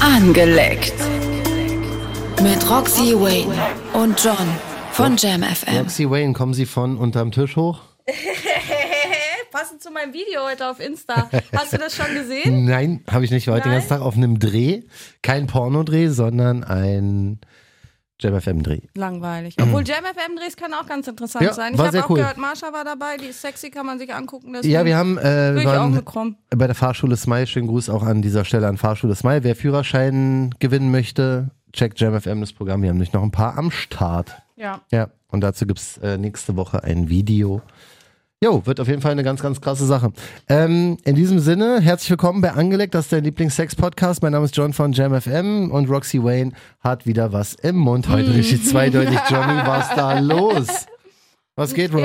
Angeleckt. Mit Roxy Wayne und John von Jam FM. Roxy Wayne, kommen Sie von unterm Tisch hoch? Passend zu meinem Video heute auf Insta. Hast du das schon gesehen? Nein, habe ich nicht. War heute den Nein? ganzen Tag auf einem Dreh. Kein Pornodreh, sondern ein JamFM-Dreh. Langweilig. Obwohl Jam FM Drehs können auch ganz interessant Ja, sein. Ich war sehr habe auch cool. gehört, Marsha war dabei, die ist sexy, kann man sich angucken. Deswegen Ja, wir haben, äh, bin wir ich auch waren gekommen. bei der Fahrschule Smile. Schönen Gruß auch an dieser Stelle an Fahrschule Smile. Wer Führerschein gewinnen möchte, checkt JamFM das Programm. Wir haben nämlich noch ein paar am Start. Ja. Ja, und dazu gibt's äh, nächste Woche ein Video. Jo, wird auf jeden Fall eine ganz, ganz krasse Sache. Ähm, in diesem Sinne, herzlich willkommen bei Angelegt, das ist dein Lieblings-Sex-Podcast. Mein Name ist John von JamFM und Roxy Wayne hat wieder was im Mund. Hm. Heute richtig zweideutig. Johnny, was da los? Was geht, Rox?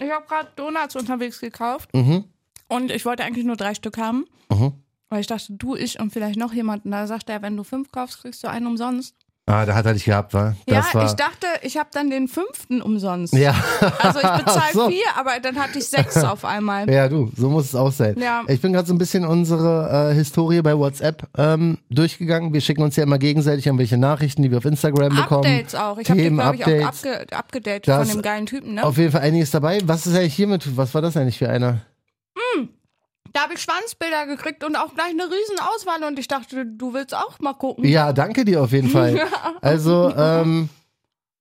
Ja, ich habe gerade Donuts unterwegs gekauft Mhm. und ich wollte eigentlich nur drei Stück haben. Mhm. Weil ich dachte, du, ich und vielleicht noch jemanden. Da sagt er, wenn du fünf kaufst, kriegst du einen umsonst. Ah, da hat er dich gehabt, wa? Das ja, war, ich dachte, ich habe dann den fünften umsonst. ja. Also ich Ach bezahle so. vier, aber dann hatte ich sechs auf einmal. Ja, du, so muss es auch sein. Ja. Ich bin gerade so ein bisschen unsere äh, Historie bei WhatsApp ähm, durchgegangen. Wir schicken uns ja immer gegenseitig irgendwelche Nachrichten, die wir auf Instagram bekommen. Updates auch. Ich habe den, Themen, glaube ich, auch Updates. abge abgedatet Das- von dem geilen Typen. Ne? Auf jeden Fall einiges dabei. Was ist eigentlich hiermit? Was war das eigentlich für einer? Da habe ich Schwanzbilder gekriegt und auch gleich eine Riesenauswahl. Und ich dachte, du willst auch mal gucken. Ja, danke dir auf jeden Fall. Also, ähm,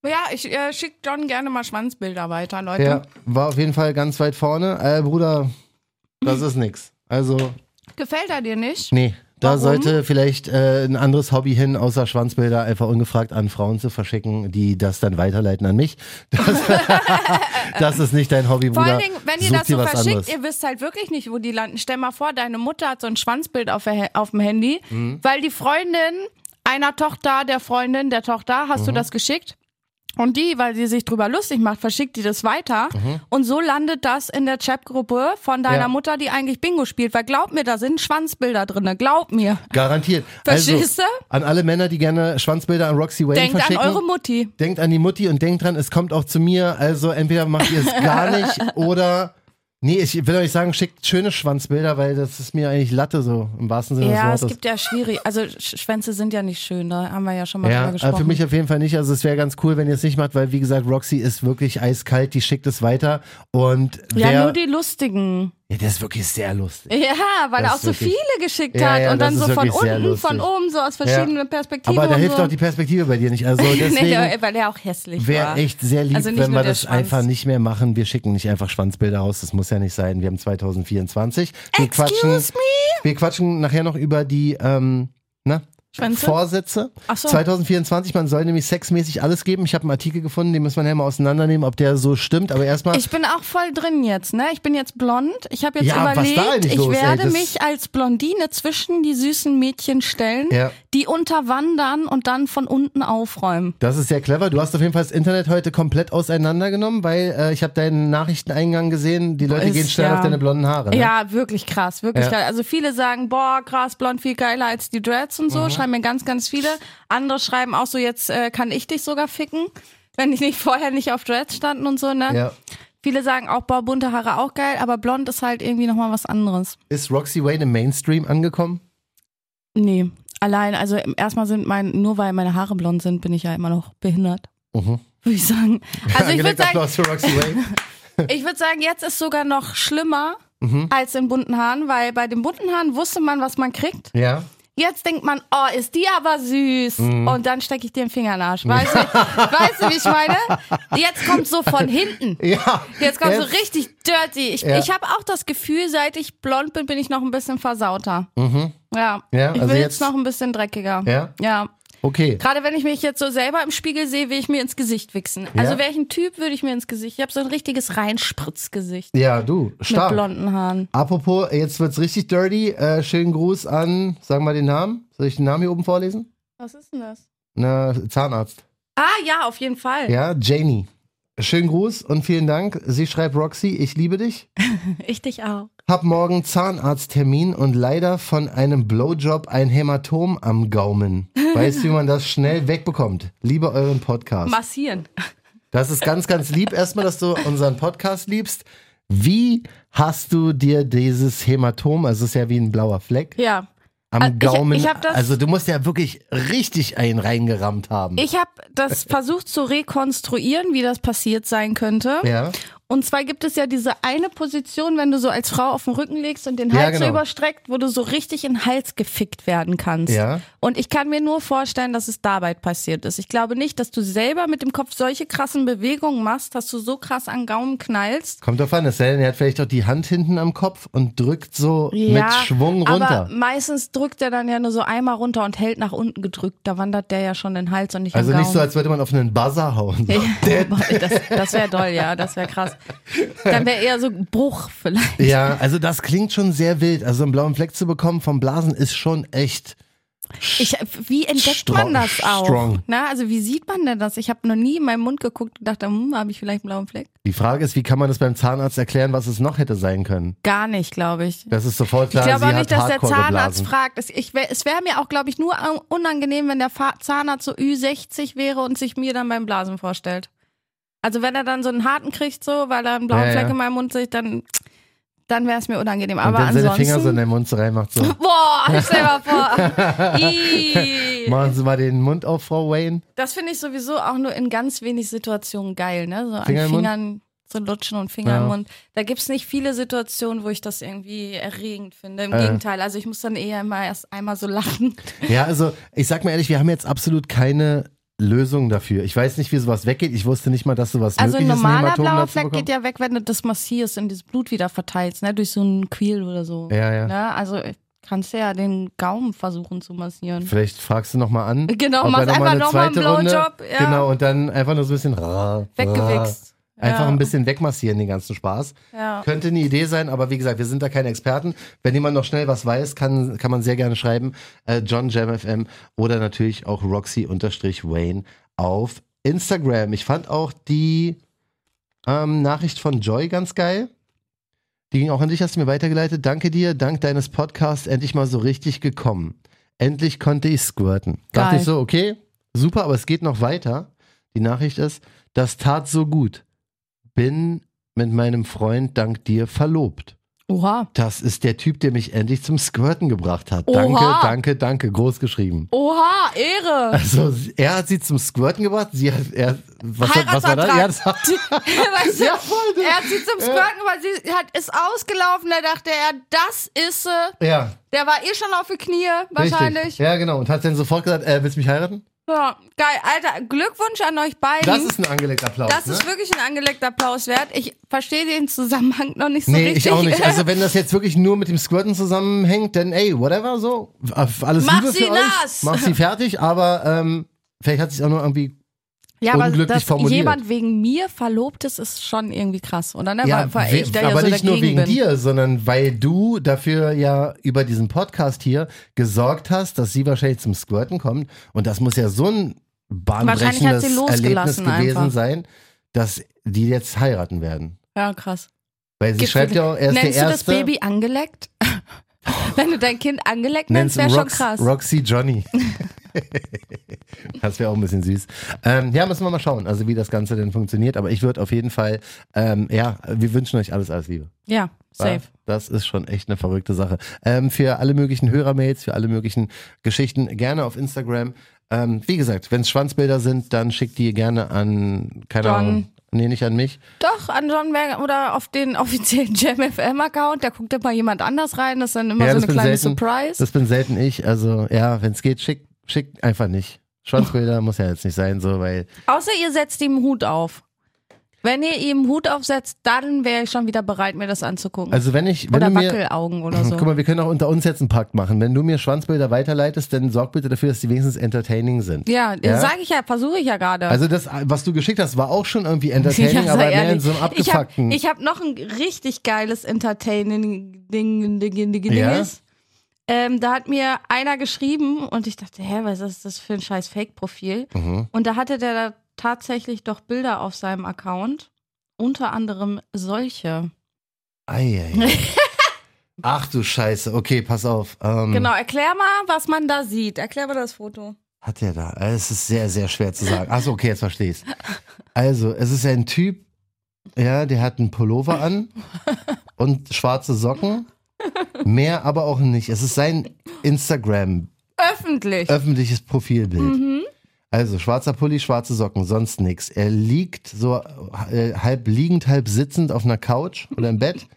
Ja, ich äh, schicke John gerne mal Schwanzbilder weiter, Leute. ja, war auf jeden Fall ganz weit vorne. Äh, Bruder, das ist nix. Also, Gefällt er dir nicht? nee. Da Warum? sollte vielleicht äh, ein anderes Hobby hin, außer Schwanzbilder einfach ungefragt an Frauen zu verschicken, die das dann weiterleiten an mich. Das, das ist nicht dein Hobby, Vor Bruder. allen Dingen, wenn ihr Such das dir so was verschickt, anderes. ihr wisst halt wirklich nicht, wo die landen. Stell mal vor, deine Mutter hat so ein Schwanzbild auf, der, He- auf dem Handy, Mhm. weil die Freundin einer Tochter, der Freundin, der Tochter, hast du Mhm. das geschickt? Und die, weil sie sich drüber lustig macht, verschickt die das weiter. Und so landet das in der Chatgruppe von deiner Mhm. Ja. Mutter, die eigentlich Bingo spielt. Weil glaub mir, da sind Schwanzbilder drinne. Glaub mir. Garantiert. Verstehst Also, du? an alle Männer, die gerne Schwanzbilder an Roxy Wayne Denkt an verschicken. eure Mutti. Denkt an die Mutti und denkt dran, es kommt auch zu mir. Also entweder macht ihr es gar nicht oder. Nee, ich will euch sagen, schickt schöne Schwanzbilder, weil das ist mir eigentlich Latte so im wahrsten Sinne Ja, des es Wortes. gibt ja schwierig. Also Sch- Schwänze sind ja nicht schön, da haben wir ja schon mal ja, drüber gesprochen. aber für mich auf jeden Fall nicht. Also es wäre ganz cool, wenn ihr es nicht macht, weil wie gesagt, Roxy ist wirklich eiskalt, die schickt es weiter und ja, wer, nur die lustigen. ja, das ist wirklich sehr lustig. Ja, weil er Das auch ist so wirklich- viele geschickt Ja, hat ja, und dann das ist so von wirklich sehr unten, von lustig. oben, so aus verschiedenen Perspektiven. aber da und hilft so. auch die Perspektive bei dir nicht. Also deswegen nee, weil er auch hässlich wäre war. echt sehr lieb, Also nicht wenn nur wir der das Schwanz. einfach nicht mehr machen. Wir schicken nicht einfach Schwanzbilder raus. Das muss ja nicht sein. Wir haben 2024. Wir quatschen, Excuse me? Wir quatschen nachher noch über die ähm, na, Schwänze? Vorsätze. Ach so. 2024, man soll nämlich sexmäßig alles geben. Ich habe einen Artikel gefunden, den muss man ja mal auseinandernehmen, ob der so stimmt. Aber erstmal, Ich bin auch voll drin jetzt, ne? Ich bin jetzt blond. Ich habe jetzt Ja, was da überlegt, eigentlich ich los, ey? werde Das- mich als Blondine zwischen die süßen Mädchen stellen, Ja. die unterwandern und dann von unten aufräumen. das ist sehr clever. Du hast auf jeden Fall das Internet heute komplett auseinandergenommen, weil äh, ich habe deinen Nachrichteneingang gesehen. Die Leute Ist, gehen schnell ja. auf deine blonden Haare. Ne? Ja, wirklich krass, wirklich Ja. krass. Also viele sagen, boah, krass, blond, viel geiler als die Dreads und so, Mhm. schreiben mir ganz, ganz viele. Andere schreiben auch so, jetzt äh, kann ich dich sogar ficken, wenn ich nicht vorher nicht auf Dreads standen und so, ne? Ja. Viele sagen auch, boah, bunte Haare auch geil, aber blond ist halt irgendwie nochmal was anderes. Ist Roxy Wayne im Mainstream angekommen? Nee, allein, also erstmal sind mein, nur weil meine Haare blond sind, bin ich ja immer noch behindert. Mhm. Würde ich sagen. Also ich würde Angelegter sagen, Applaus für Roxy Wayne. Ich würde sagen, jetzt ist sogar noch schlimmer Mhm. als in bunten Haaren, weil bei den bunten Haaren wusste man, was man kriegt. ja. Jetzt denkt man, oh, ist die aber süß. Mhm. Und dann stecke ich dir den Finger in den Arsch. Weißt du, weißt du, wie ich meine? Jetzt kommt so von hinten. Ja. Jetzt kommt so Jetzt- richtig dirty. Ich, Ja. ich habe auch das Gefühl, seit ich blond bin, bin ich noch ein bisschen versauter. Ja. Ja, ich also bin jetzt- jetzt noch ein bisschen dreckiger. Ja? Ja. Okay. Gerade wenn ich mich jetzt so selber im Spiegel sehe, will ich mir ins Gesicht wichsen. Also Ja. welchen Typ würde ich mir ins Gesicht? Ich habe so ein richtiges Reinspritzgesicht Ja, du. mit Stark. blonden Haaren. Apropos, jetzt wird's richtig dirty. Äh, schönen Gruß an, sagen wir den Namen. Soll ich den Namen hier oben vorlesen? Was ist denn das? Na, Zahnarzt. Ah ja, auf jeden Fall. Ja, Janie. Schönen Gruß und vielen Dank. Sie schreibt Roxy, ich liebe dich. Ich dich auch. Hab morgen Zahnarzttermin und leider von einem Blowjob ein Hämatom am Gaumen. Weißt du, wie man das schnell wegbekommt? Liebe euren Podcast. Massieren. Das ist ganz, ganz lieb erstmal, dass du unseren Podcast liebst. Wie hast du dir dieses Hämatom, also es ist ja wie ein blauer Fleck, Ja. am Also ich- Gaumen. ich hab das- also du musst ja wirklich richtig einen reingerammt haben. Ich habe das versucht zu rekonstruieren, wie das passiert sein könnte. ja. Und zwar gibt es ja diese eine Position, wenn du so als Frau auf den Rücken legst und den Ja, Hals so genau. überstreckt, wo du so richtig in den Hals gefickt werden kannst. Ja. Und ich kann mir nur vorstellen, dass es dabei passiert ist. Ich glaube nicht, dass du selber mit dem Kopf solche krassen Bewegungen machst, dass du so krass an Gaumen knallst. Kommt drauf an, es sei denn, er hat vielleicht auch die Hand hinten am Kopf und drückt so Ja, mit Schwung runter. Aber meistens drückt er dann ja nur so einmal runter und hält nach unten gedrückt. Da wandert der ja schon den Hals und nicht Also am Gaumen. nicht so, als würde man auf einen Buzzer hauen. Ja, wobei, das das wäre doll, ja, das wäre krass. Dann wäre eher so ein Bruch vielleicht. Ja, also das klingt schon sehr wild. Also einen blauen Fleck zu bekommen vom Blasen ist schon echt. Ich, wie entdeckt man Strong- das auch? strong. Na, also wie sieht man denn das? Ich habe noch nie in meinen Mund geguckt und dachte, hm, habe ich vielleicht einen blauen Fleck? Die Frage ist, wie kann man das beim Zahnarzt erklären, was es noch hätte sein können? Gar nicht, glaube ich. Das ist sofort klar. ich glaube sie auch hat nicht, dass der Hardcore Zahnarzt geblasen. fragt. Es, ich wär, es wäre mir auch, glaube ich, nur an- unangenehm, wenn der Fa Zahnarzt so Ü60 wäre und sich mir dann beim Blasen vorstellt. Also wenn er dann so einen harten kriegt, so, weil er einen blauen Ja, Fleck ja. in meinem Mund sieht, dann, dann wäre es mir unangenehm. Und Aber dann seine ansonsten. Finger so in den Mund so reinmacht. So. Boah, halt stell mal vor. Ih. Machen Sie mal den Mund auf, Frau Wayne. das finde ich sowieso auch nur in ganz wenig Situationen geil, ne? So Finger im an Mund? Fingern zu lutschen und Finger Ja. im Mund. Da gibt es nicht viele Situationen, wo ich das irgendwie erregend finde. Im Äh. Gegenteil, also ich muss dann eher immer erst einmal so lachen. Ja, also ich sag mal ehrlich, wir haben jetzt absolut keine Lösung dafür. Ich weiß nicht, wie sowas weggeht. Ich wusste nicht mal, dass sowas Also ein möglich ist. ein normaler Hämatom blauer dazu Fleck bekommen. geht ja weg, wenn du das massierst und dieses Blut wieder verteilst, ne? Durch so einen Quiel oder so. Ja, ja. Ne? Also kannst du ja den Gaumen versuchen zu massieren. Vielleicht fragst du nochmal an. Genau, ob er machst noch mal einfach eine noch mal einen zweite Runde- Blowjob, ja. Genau, und dann einfach nur so ein bisschen ra, ra. Weggewichst. Einfach Ja. ein bisschen wegmassieren, den ganzen Spaß. Ja. Könnte eine Idee sein, aber wie gesagt, wir sind da keine Experten. Wenn jemand noch schnell was weiß, kann, kann man sehr gerne schreiben. Äh, John Jam FM oder natürlich auch Roxy-Wayne auf Instagram. Ich fand auch die ähm, Nachricht von Joy ganz geil. Die ging auch an dich, hast du mir weitergeleitet. Danke dir, dank deines Podcasts endlich mal so richtig gekommen. Endlich konnte ich squirten. Dachte Geil. ich so, okay, super, aber es geht noch weiter. Die Nachricht ist, das tat so gut. Bin mit meinem Freund dank dir verlobt. Oha. Das ist der Typ, der mich endlich zum Squirten gebracht hat. Oha. Danke, danke, danke. Groß geschrieben. Oha, Ehre. Also, sie- er hat sie zum Squirten gebracht. Sie hat, er, was, hat- was war das? Ja, das war, weißt du, Ja, voll, das- er hat sie zum Squirten, weil sie hat, ist ausgelaufen. Da dachte er, das ist sie. ja, Der war eh schon auf die Knie, Richtig. wahrscheinlich. Ja, genau. Und hat dann sofort gesagt, äh, willst du mich heiraten? Ja, geil. Alter, Glückwunsch an euch beiden. Das ist ein angelegter Applaus. Das ne? ist wirklich ein angelegter Applaus wert. Ich verstehe den Zusammenhang noch nicht so Nee, richtig. ich auch nicht. Also wenn das jetzt wirklich nur mit dem Squirten zusammenhängt, dann ey, whatever, so. Alles Mach Liebe sie für nass! euch. Mach sie fertig, aber ähm, vielleicht hat sich auch nur irgendwie ja, aber unglücklich dass formuliert. jemand wegen mir verlobt ist, ist schon irgendwie krass, oder? Ne? Ja, weil, weil ich da we- aber ja so nicht nur dagegen wegen bin. dir, sondern weil du dafür ja über diesen Podcast hier gesorgt hast, dass sie wahrscheinlich zum Squirten kommt. Und das muss ja so ein Wahrscheinlich hat bahnbrechendes sie Erlebnis losgelassen gewesen einfach. sein, dass die jetzt heiraten werden. Ja, krass. Weil sie Gibt's- schreibt ja auch, er ist Nennst der du das Erste. Baby angeleckt? Wenn du dein Kind angeleckt nennst, Nenn's wäre schon Rox, krass. Roxy Johnny. das wäre auch ein bisschen süß. Ähm, ja, müssen wir mal schauen, also wie das Ganze denn funktioniert. Aber ich würde auf jeden Fall, ähm, ja, wir wünschen euch alles, alles Liebe. Ja, Wa? safe. Das ist schon echt eine verrückte Sache. Ähm, für alle möglichen Hörermails, für alle möglichen Geschichten, gerne auf Instagram. Ähm, wie gesagt, wenn es Schwanzbilder sind, dann schickt die gerne an, keine John. Ahnung, nee, nicht an mich. Doch, an John Berger oder auf den offiziellen JamFM-Account, da guckt immer jemand anders rein, das ist dann immer Ja, so das eine kleine bin selten. Surprise. Das bin selten ich. Also ja, wenn es geht, schickt schick einfach nicht. Schwanzbilder muss ja jetzt nicht sein, so, weil Außer ihr setzt ihm einen Hut auf. Wenn ihr ihm einen Hut aufsetzt, dann wäre ich schon wieder bereit, mir das anzugucken. Also wenn ich, wenn oder du mir, Wackelaugen oder so. guck mal, wir können auch unter uns jetzt einen Pakt machen. Wenn du mir Schwanzbilder weiterleitest, dann sorg bitte dafür, dass die wenigstens entertaining sind. ja, Ja? sage ich ja, versuche ich ja gerade. Also das, was du geschickt hast, war auch schon irgendwie entertaining, Ja, sei aber mehr in ehrlich. so einem abgefuckten. Ich habe hab noch ein richtig geiles Entertaining Ding, Ding, Ding, Ding, Ja? Ding. Ähm, da hat mir einer geschrieben und ich dachte, hä, was ist das für ein scheiß Fake-Profil? Mhm. Und da hatte der da tatsächlich doch Bilder auf seinem Account. Unter anderem solche. Eieiei. Ach du Scheiße. Okay, pass auf. Ähm, Genau, erklär mal, was man da sieht. Erklär mal das Foto. Hat er da? Es ist sehr, sehr schwer zu sagen. Achso, okay, jetzt verstehe ich's. Also, es ist ein Typ, ja, der hat einen Pullover an und schwarze Socken Mehr aber auch nicht. Es ist sein Instagram Öffentlich. öffentliches Profilbild. Also schwarzer Pulli, schwarze Socken, sonst nichts. Er liegt so äh, halb liegend, halb sitzend auf einer Couch oder im Bett.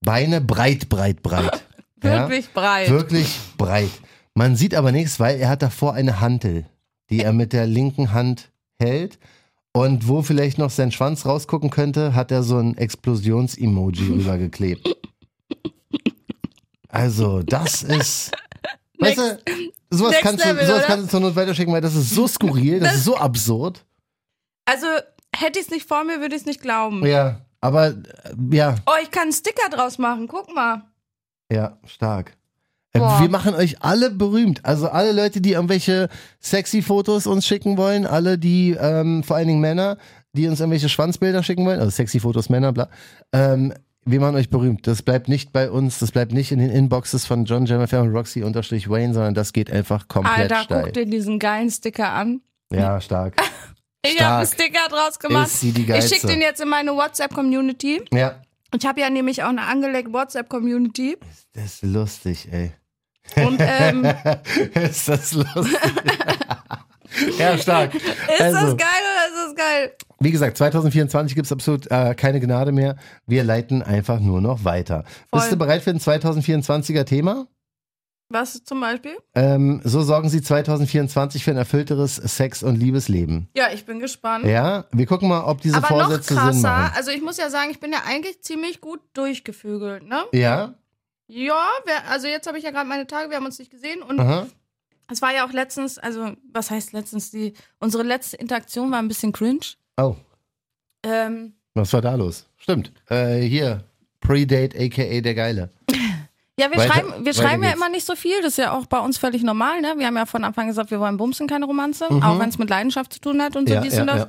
Beine breit, breit, breit. Ja? Wirklich breit. Wirklich breit. Man sieht aber nichts, weil er hat davor eine Hantel, die er mit der linken Hand hält. Und wo vielleicht noch sein Schwanz rausgucken könnte, hat er so ein Explosions-Emoji rübergeklebt. Also, das ist. Weißt du, sowas, next kannst, level, du, sowas oder? kannst du zur Not weiterschicken, weil das ist so skurril, das, Das- ist so absurd. Also hätte ich es nicht vor mir, würde ich es nicht glauben. Ja, aber äh, ja, Oh, ich kann einen Sticker draus machen. Guck mal. Ja, stark. Äh, Boah. Wir machen euch alle berühmt. Also alle Leute, die irgendwelche sexy Fotos uns schicken wollen, alle die, ähm, vor allen Dingen Männer, die uns irgendwelche Schwanzbilder schicken wollen, also sexy Fotos Männer, bla. Ähm, wir machen euch berühmt. Das bleibt nicht bei uns, das bleibt nicht in den Inboxes von John Jennifer und Roxy unterstrich Wayne, sondern das geht einfach komplett Alter, guck steil. dir diesen geilen Sticker an. Ja, stark. Ich habe einen Stark. Sticker draus gemacht. Ist sie die ich Geilste. schicke den jetzt in meine WhatsApp-Community. ja, Ich habe ja nämlich auch eine angelegte WhatsApp-Community. das ist lustig, ey. Und ähm, ist ist das lustig? ja, stark. Ist Also. das geil oder ist das geil? Wie gesagt, 2024 gibt's absolut äh, keine Gnade mehr. Wir leiten einfach nur noch weiter. Voll. Bist du bereit für ein 2024er Thema? Was zum Beispiel? Ähm, so sorgen Sie 2024 für ein erfüllteres Sex- und Liebesleben. Ja, ich bin gespannt. Ja, wir gucken mal, ob diese Aber Vorsätze noch Sinn krasser, machen. also ich muss ja sagen, ich bin ja eigentlich ziemlich gut durchgevögelt, ne? Ja, Ja, wer, also jetzt habe ich ja gerade meine Tage, wir haben uns nicht gesehen und aha. es war ja auch letztens, also was heißt letztens, die unsere letzte Interaktion war ein bisschen cringe. Oh, Ähm, was war da los? Stimmt. Äh, hier, Predate, aka der Geile. ja, wir Weiter- schreiben, wir weiter schreiben ja geht's. immer nicht so viel, das ist ja auch bei uns völlig normal, ne? Wir haben ja von Anfang gesagt, wir wollen bumsen, keine Romanze, auch wenn es mit Leidenschaft zu tun hat und so dies und das.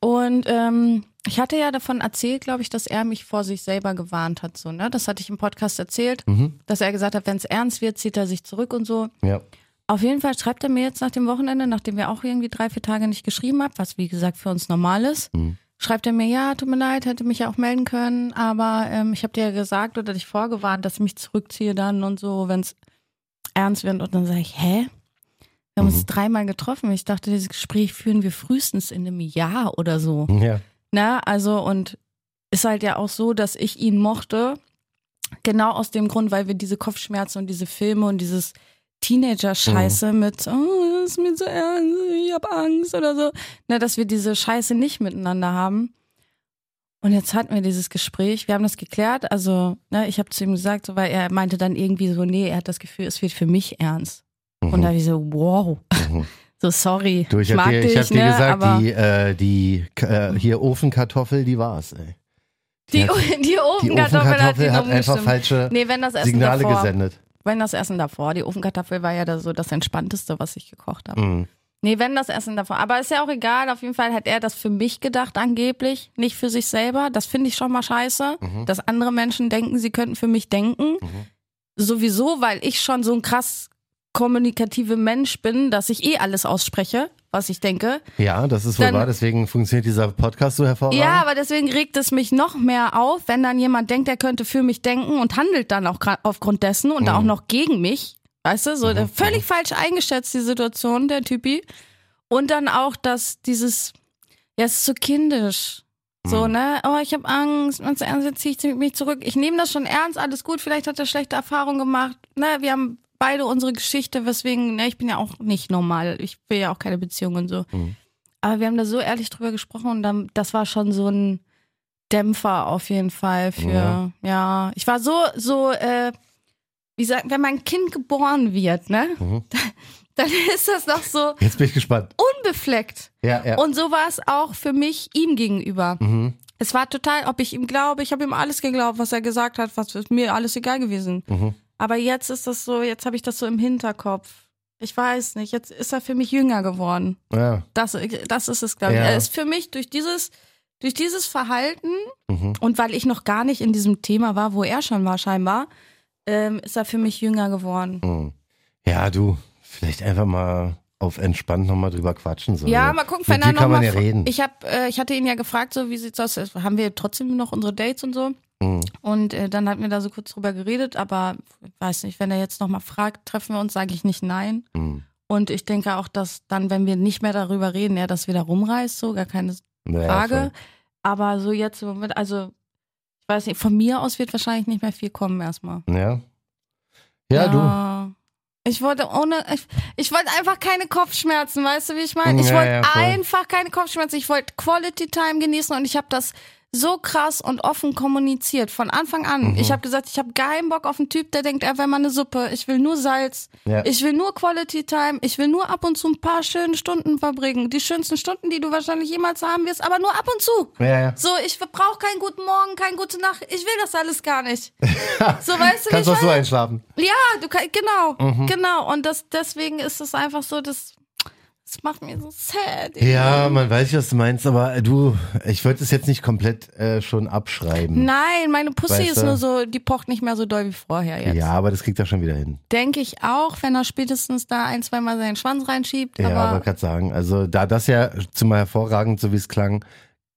Und ähm, ich hatte ja davon erzählt, glaube ich, dass er mich vor sich selber gewarnt hat. So, ne? Das hatte ich im Podcast erzählt, dass er gesagt hat, wenn es ernst wird, zieht er sich zurück und so. ja. Auf jeden Fall schreibt er mir jetzt nach dem Wochenende, nachdem wir auch irgendwie drei, vier Tage nicht geschrieben haben, was wie gesagt für uns normal ist, Mhm. schreibt er mir, ja, tut mir leid, hätte mich ja auch melden können, aber ähm, ich habe dir ja gesagt oder dich vorgewarnt, dass ich mich zurückziehe dann und so, wenn es ernst wird. Und dann sage ich, hä? Wir haben Mhm. uns dreimal getroffen. Ich dachte, dieses Gespräch führen wir frühestens in einem Jahr oder so. Ja. ja. Na, also und ist halt ja auch so, dass ich ihn mochte, genau aus dem Grund, weil wir diese Kopfschmerzen und diese Filme und dieses Mhm. Teenager-Scheiße mit, oh, das ist mir so ernst, ich hab Angst oder so, na, dass wir diese Scheiße nicht miteinander haben. Und jetzt hatten wir dieses Gespräch, wir haben das geklärt, also ne, ich habe zu ihm gesagt, so, weil er meinte dann irgendwie so, nee, er hat das Gefühl, es wird für mich ernst. Und da hab ich so, wow, Mhm. so sorry, Du, ich ich mag hab dir, dich, ich hab dir ne, aber gesagt, die, äh, die äh, hier Ofenkartoffel, die war's, ey. die, hat- die, Ofenkartoffel Die hat, die Ofenkartoffel hat Summe einfach gestimmt. falsche Nee, wenn das Essen Signale davor. gesendet. Wenn das Essen davor. Die Ofenkartoffel war ja da so das Entspannteste, was ich gekocht habe. Mhm. Nee, wenn das Essen davor. Aber ist ja auch egal. Auf jeden Fall hat er das für mich gedacht, angeblich. Nicht für sich selber. Das finde ich schon mal scheiße. mhm. Dass andere Menschen denken, sie könnten für mich denken. Sowieso, weil ich schon so ein krass kommunikative Mensch bin, dass ich eh alles ausspreche, was ich denke. Ja, das ist wohl Dann- wahr, deswegen funktioniert dieser Podcast so hervorragend. Ja, aber deswegen regt es mich noch mehr auf, wenn dann jemand denkt, er könnte für mich denken und handelt dann auch gra- aufgrund dessen und auch noch gegen mich. Weißt du, so der- völlig falsch eingeschätzt die Situation, der Typi. Und dann auch, dass dieses, ja, es ist so kindisch. So, ne? Oh, ich habe Angst. Und ernst, jetzt ziehe ich mich zurück. Ich nehme das schon ernst, alles gut. Vielleicht hat er schlechte Erfahrungen gemacht. Ne? Wir haben beide unsere Geschichte, weswegen, ne, ich bin ja auch nicht normal. Ich will ja auch keine Beziehung und so. Mhm. Aber wir haben da so ehrlich drüber gesprochen und dann, das war schon so ein Dämpfer auf jeden Fall für, ja, Ja. ich war so, so, äh, wie sagt, wenn mein Kind geboren wird, ne, Mhm. dann ist das noch so Jetzt bin ich gespannt. unbefleckt. Ja, ja. Und so war es auch für mich ihm gegenüber. mhm. Es war total, ob ich ihm glaube, ich habe ihm alles geglaubt, was er gesagt hat, was ist mir alles egal gewesen. Mhm. Aber jetzt ist das so, jetzt habe ich das so im Hinterkopf. Ich weiß nicht, jetzt ist er für mich jünger geworden. Ja. Das, das ist es, glaube ich. Ja. Er äh, ist für mich durch dieses, durch dieses Verhalten Mhm. und weil ich noch gar nicht in diesem Thema war, wo er schon war, scheinbar, ähm, ist er für mich jünger geworden. Mhm. ja, du, vielleicht einfach mal auf entspannt nochmal drüber quatschen. So. Ja, ne? mal gucken, Mit wenn dir er kann man nochmal. ja reden. Äh, Ich, hab, äh, ich hatte ihn ja gefragt, so, wie sieht's aus? Haben wir trotzdem noch unsere Dates und so? Mhm, Und äh, dann hatten wir da so kurz drüber geredet, aber weiß nicht, wenn er jetzt nochmal fragt, treffen wir uns, sage ich nicht nein. Mhm. Und ich denke auch, dass dann, wenn wir nicht mehr darüber reden, er das wieder rumreißt, so gar keine Naja, Frage. aber so jetzt im Moment, also ich weiß nicht, von mir aus wird wahrscheinlich nicht mehr viel kommen erstmal. voll. Ja. Ja, du. du. Ich wollte ohne, ich, ich wollte einfach keine Kopfschmerzen, weißt du, wie ich meine? Ich Ja, wollte ja, voll. einfach keine Kopfschmerzen. Ich wollte Quality Time genießen und ich habe das so krass und offen kommuniziert von Anfang Mhm. an. Ich habe gesagt, ich habe keinen Bock auf einen Typ, der denkt, er wäre mal eine Suppe. Ich will nur Salz. Ja. Ich will nur Quality Time. Ich will nur ab und zu ein paar schöne Stunden verbringen. Die schönsten Stunden, die du wahrscheinlich jemals haben wirst, aber nur ab und zu. Ja, ja. So, ich brauche keinen guten Morgen, keine gute Nacht. Ich will das alles gar nicht. so, weißt du, wie ich Kannst auch so meine? einschlafen. Ja, du kannst, genau, Mhm. genau. Und das, deswegen ist es einfach so, das, das macht mir so sad. Ja, man weiß, was du meinst, aber äh, du, ich würde es jetzt nicht komplett äh, schon abschreiben. Nein, meine Pussy Weißt ist du? nur so, die pocht nicht mehr so doll wie vorher jetzt. ja, aber das kriegt er schon wieder hin. Denke ich auch, wenn er spätestens da ein, zweimal seinen Schwanz reinschiebt. Ja, aber aber gerade sagen, also da das ja zumal hervorragend, so wie es klang,